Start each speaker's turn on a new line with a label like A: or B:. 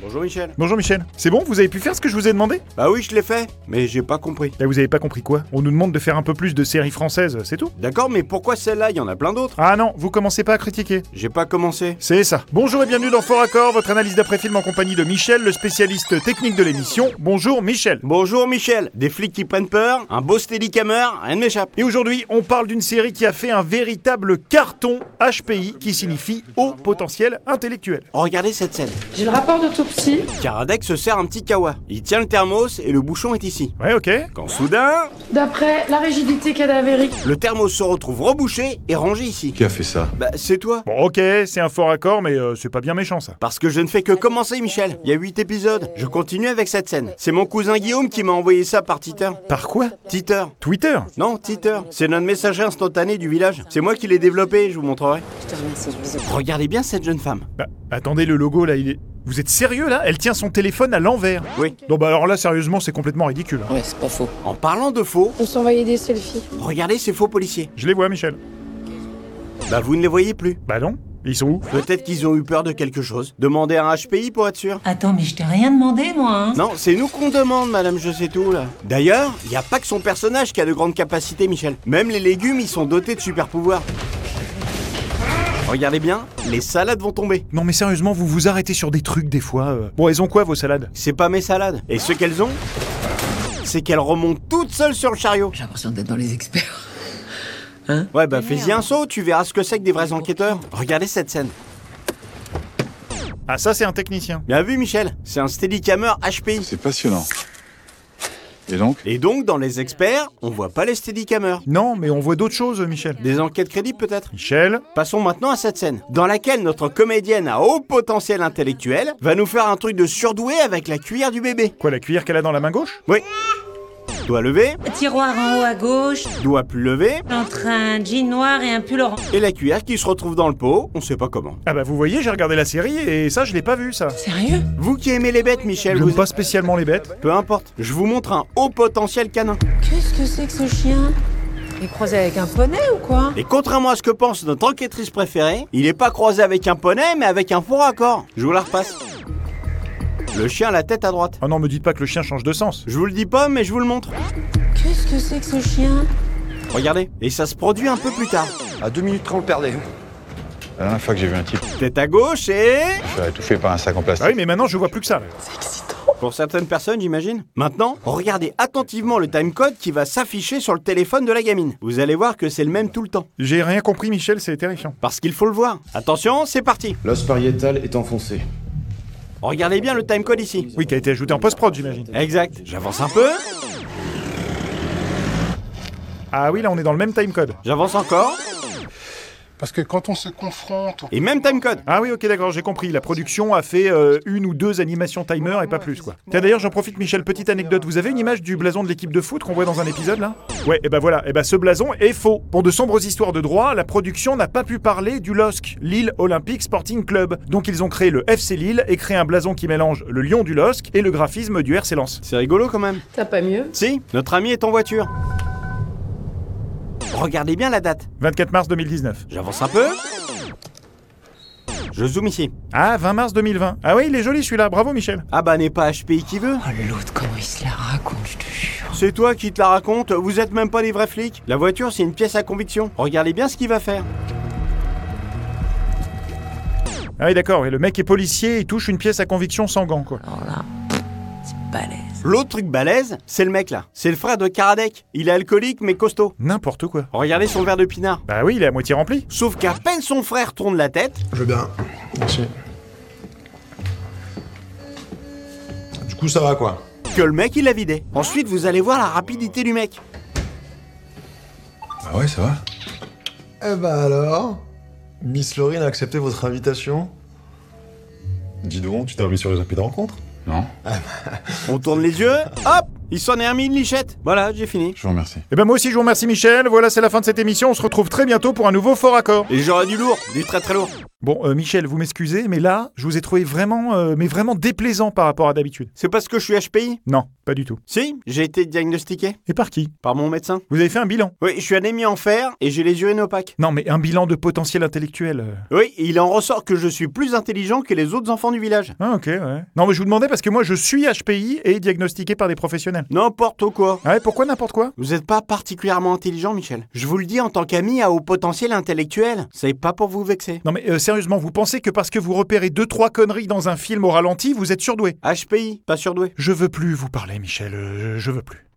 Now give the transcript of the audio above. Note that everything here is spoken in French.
A: Bonjour Michel.
B: Bonjour Michel. C'est bon, vous avez pu faire ce que je vous ai demandé
A: Bah oui, je l'ai fait, mais j'ai pas compris.
B: Là, vous avez pas compris quoi On nous demande de faire un peu plus de séries françaises, c'est tout
A: D'accord, mais pourquoi celle-là Il y en a plein d'autres.
B: Ah non, vous commencez pas à critiquer.
A: J'ai pas commencé.
B: C'est ça. Bonjour et bienvenue dans Fort Accord, votre analyse d'après-film en compagnie de Michel, le spécialiste technique de l'émission. Bonjour Michel.
A: Bonjour Michel. Des flics qui prennent peur, un beau steadicammer, rien ne m'échappe.
B: Et aujourd'hui, on parle d'une série qui a fait un véritable carton HPI, qui signifie haut potentiel intellectuel.
A: Oh, regardez cette scène.
C: J'ai le rapport d'autopsie.
A: Karadec se sert un petit kawa. Il tient le thermos et le bouchon est ici.
B: Ouais, ok.
A: Quand soudain,
C: D'après la rigidité cadavérique,
A: le thermos se retrouve rebouché et rangé ici.
D: Qui a fait ça
A: Bah c'est toi.
B: Bon, ok, c'est un fort accord, mais euh, c'est pas bien méchant ça.
A: Parce que je ne fais que commencer Michel. Il y a 8 épisodes. Je continue avec cette scène. C'est mon cousin Guillaume qui m'a envoyé ça par Twitter.
B: Par quoi
A: Twitter.
B: Twitter
A: Non, Twitter. C'est notre messager instantané du village. C'est moi qui l'ai développé, je vous montrerai. Regardez bien cette jeune femme.
B: Bah, attendez, le logo là, il est. Vous êtes sérieux là Elle tient son téléphone à l'envers.
A: Oui.
B: Non, bah alors là, sérieusement, c'est complètement ridicule. hein.
E: Ouais, c'est pas faux.
A: En parlant de faux,
C: on s'envoyait des selfies.
A: regardez ces faux policiers.
B: Je les vois, Michel.
A: Bah vous ne les voyez plus.
B: Bah non. Ils sont où
A: Peut-être qu'ils ont eu peur de quelque chose. Demandez à un HPI pour être sûr.
F: Attends, mais je t'ai rien demandé, moi. hein.
A: Non, c'est nous qu'on demande, madame je sais tout, là. D'ailleurs, il a pas que son personnage qui a de grandes capacités, Michel. Même les légumes, ils sont dotés de super pouvoirs. Regardez bien, les salades vont tomber.
B: Non, mais sérieusement, vous vous arrêtez sur des trucs des fois. euh. Bon, elles ont quoi vos salades
A: C'est pas mes salades. Et ce qu'elles ont, c'est qu'elles remontent toutes seules sur le chariot.
E: J'ai l'impression d'être dans les experts.
A: Ouais, bah fais-y un saut, tu verras ce que c'est que des vrais enquêteurs. Regardez cette scène.
B: Ah, ça, c'est un technicien.
A: Bien vu, Michel, c'est un Steadicammer HPI.
D: C'est passionnant. Et donc
A: Et donc, dans les experts, on voit pas les Steadicamers.
B: Non, mais on voit d'autres choses, Michel.
A: Des enquêtes crédibles, peut-être
B: Michel
A: Passons maintenant à cette scène, dans laquelle notre comédienne à haut potentiel intellectuel va nous faire un truc de surdoué avec la cuillère du bébé.
B: Quoi, la cuillère qu'elle a dans la main gauche
A: Oui. Doigt levé,
F: Tiroir en haut à gauche,
A: doigt plus levé,
F: entre un jean noir et un pull orange.
A: et la cuillère qui se retrouve dans le pot, on sait pas comment.
B: Ah bah vous voyez, j'ai regardé la série et ça, je l'ai pas vu, ça.
E: Sérieux
A: Vous qui aimez les bêtes, Michel,
B: J'aime
A: vous...
B: pas spécialement les bêtes.
A: Peu importe, je vous montre un haut potentiel canin.
C: Qu'est-ce que c'est que ce chien Il est croisé avec un poney ou quoi
A: Et contrairement à ce que pense notre enquêtrice préférée, il est pas croisé avec un poney, mais avec un four à corps. Je vous la repasse. Le chien a la tête à droite.
B: Ah non, me dites pas que le chien change de sens.
A: Je vous le dis pas, mais je vous le montre.
C: Qu'est-ce que c'est que ce chien
A: Regardez, et ça se produit un peu plus tard.
G: À 2 minutes 30, on le perdait.
D: La dernière fois que j'ai vu un type
A: Tête à gauche et...
D: se faire étouffer par un sac en plastique.
B: Ah oui, mais maintenant, je vois plus que ça. là.
A: Pour certaines personnes, j'imagine. Maintenant, regardez attentivement le timecode qui va s'afficher sur le téléphone de la gamine. Vous allez voir que c'est le même tout le temps.
B: J'ai rien compris, Michel, c'est terrifiant.
A: Parce qu'il faut le voir. Attention, c'est parti.
G: L'os pariétal est enfoncé.
A: Regardez bien le timecode ici.
B: Oui, qui a été ajouté en post-prod, j'imagine.
A: Exact. J'avance un peu,
B: Ah oui, là, on est dans le même timecode.
A: j'avance encore,
H: Parce que quand on se confronte au
A: et même timecode.
B: Ah oui, ok, d'accord, j'ai compris. La production a fait euh, une ou deux animations timer et pas plus, quoi. Tiens, d'ailleurs, j'en profite, Michel, petite anecdote. Vous avez une image du blason de l'équipe de foot qu'on voit dans un épisode, là Ouais, et bah voilà, et bah ce blason est faux. Pour de sombres histoires de droit, la production n'a pas pu parler du LOSC, Lille Olympique Sporting Club. Donc ils ont créé le FC Lille et créé un blason qui mélange le lion du LOSC et le graphisme du RC Lens.
A: C'est rigolo quand même.
C: T'as pas mieux
A: Si, notre ami est en voiture. Regardez bien la date.
B: 24 mars 2019.
A: J'avance un peu. Je zoome ici.
B: Ah, 20 mars 2020. Ah oui, il est joli celui-là, bravo Michel.
A: Ah bah n'est pas HPI qui veut.
E: Oh, l'autre, comment il se la raconte, je te jure.
A: C'est toi qui te la raconte, vous êtes même pas des vrais flics. La voiture, c'est une pièce à conviction. Regardez bien ce qu'il va faire.
B: Ah oui, d'accord, et le mec est policier, il touche une pièce à conviction sans gants, quoi.
E: Alors là, c'est balèze.
A: L'autre truc balèze, c'est le mec là. C'est le frère de Karadec. Il est alcoolique mais costaud.
B: N'importe quoi.
A: Regardez son verre de pinard.
B: Bah oui, il est à moitié rempli.
A: Sauf qu'à peine son frère tourne la tête,
G: Je veux bien. Merci. Du coup, ça va quoi
A: que le mec il l'a vidé. Ensuite, vous allez voir la rapidité du mec.
D: Ah ouais, ça va
G: Eh
D: ben,
G: bah alors Miss Laurine a accepté votre invitation Dis donc, tu t'es remis sur les applis de rencontre
D: Non,
A: On tourne les yeux, hop, il s'en est remis une lichette. Voilà, j'ai fini.
D: je vous remercie.
B: Eh ben moi aussi je vous remercie Michel, voilà c'est la fin de cette émission, on se retrouve très bientôt pour un nouveau fort accord.
A: Et j'aurai du lourd, du très très lourd.
B: Bon, euh, Michel, vous m'excusez, mais là, je vous ai trouvé vraiment, euh, mais vraiment déplaisant par rapport à d'habitude.
A: C'est parce que je suis HPI
B: Non, pas du tout.
A: Si, j'ai été diagnostiqué
B: Et par qui
A: par mon médecin.
B: Vous avez fait un bilan
A: Oui, je suis anémie en fer et j'ai les urines opaques.
B: Non, mais un bilan de potentiel intellectuel. euh.
A: Oui, il en ressort que je suis plus intelligent que les autres enfants du village.
B: Ah, ok, ouais. Non, mais je vous demandais parce que moi, je suis HPI et diagnostiqué par des professionnels.
A: N'importe quoi.
B: Ah Ouais, pourquoi n'importe quoi
A: Vous n'êtes pas particulièrement intelligent, Michel. Je vous le dis en tant qu'ami à haut potentiel intellectuel. C'est pas pour vous vexer.
B: Non, mais euh, sérieusement, vous pensez que parce que vous repérez deux, trois conneries dans un film au ralenti, vous êtes surdoué
A: HPI, pas surdoué.
B: Je veux plus vous parler, Michel, euh, je veux plus.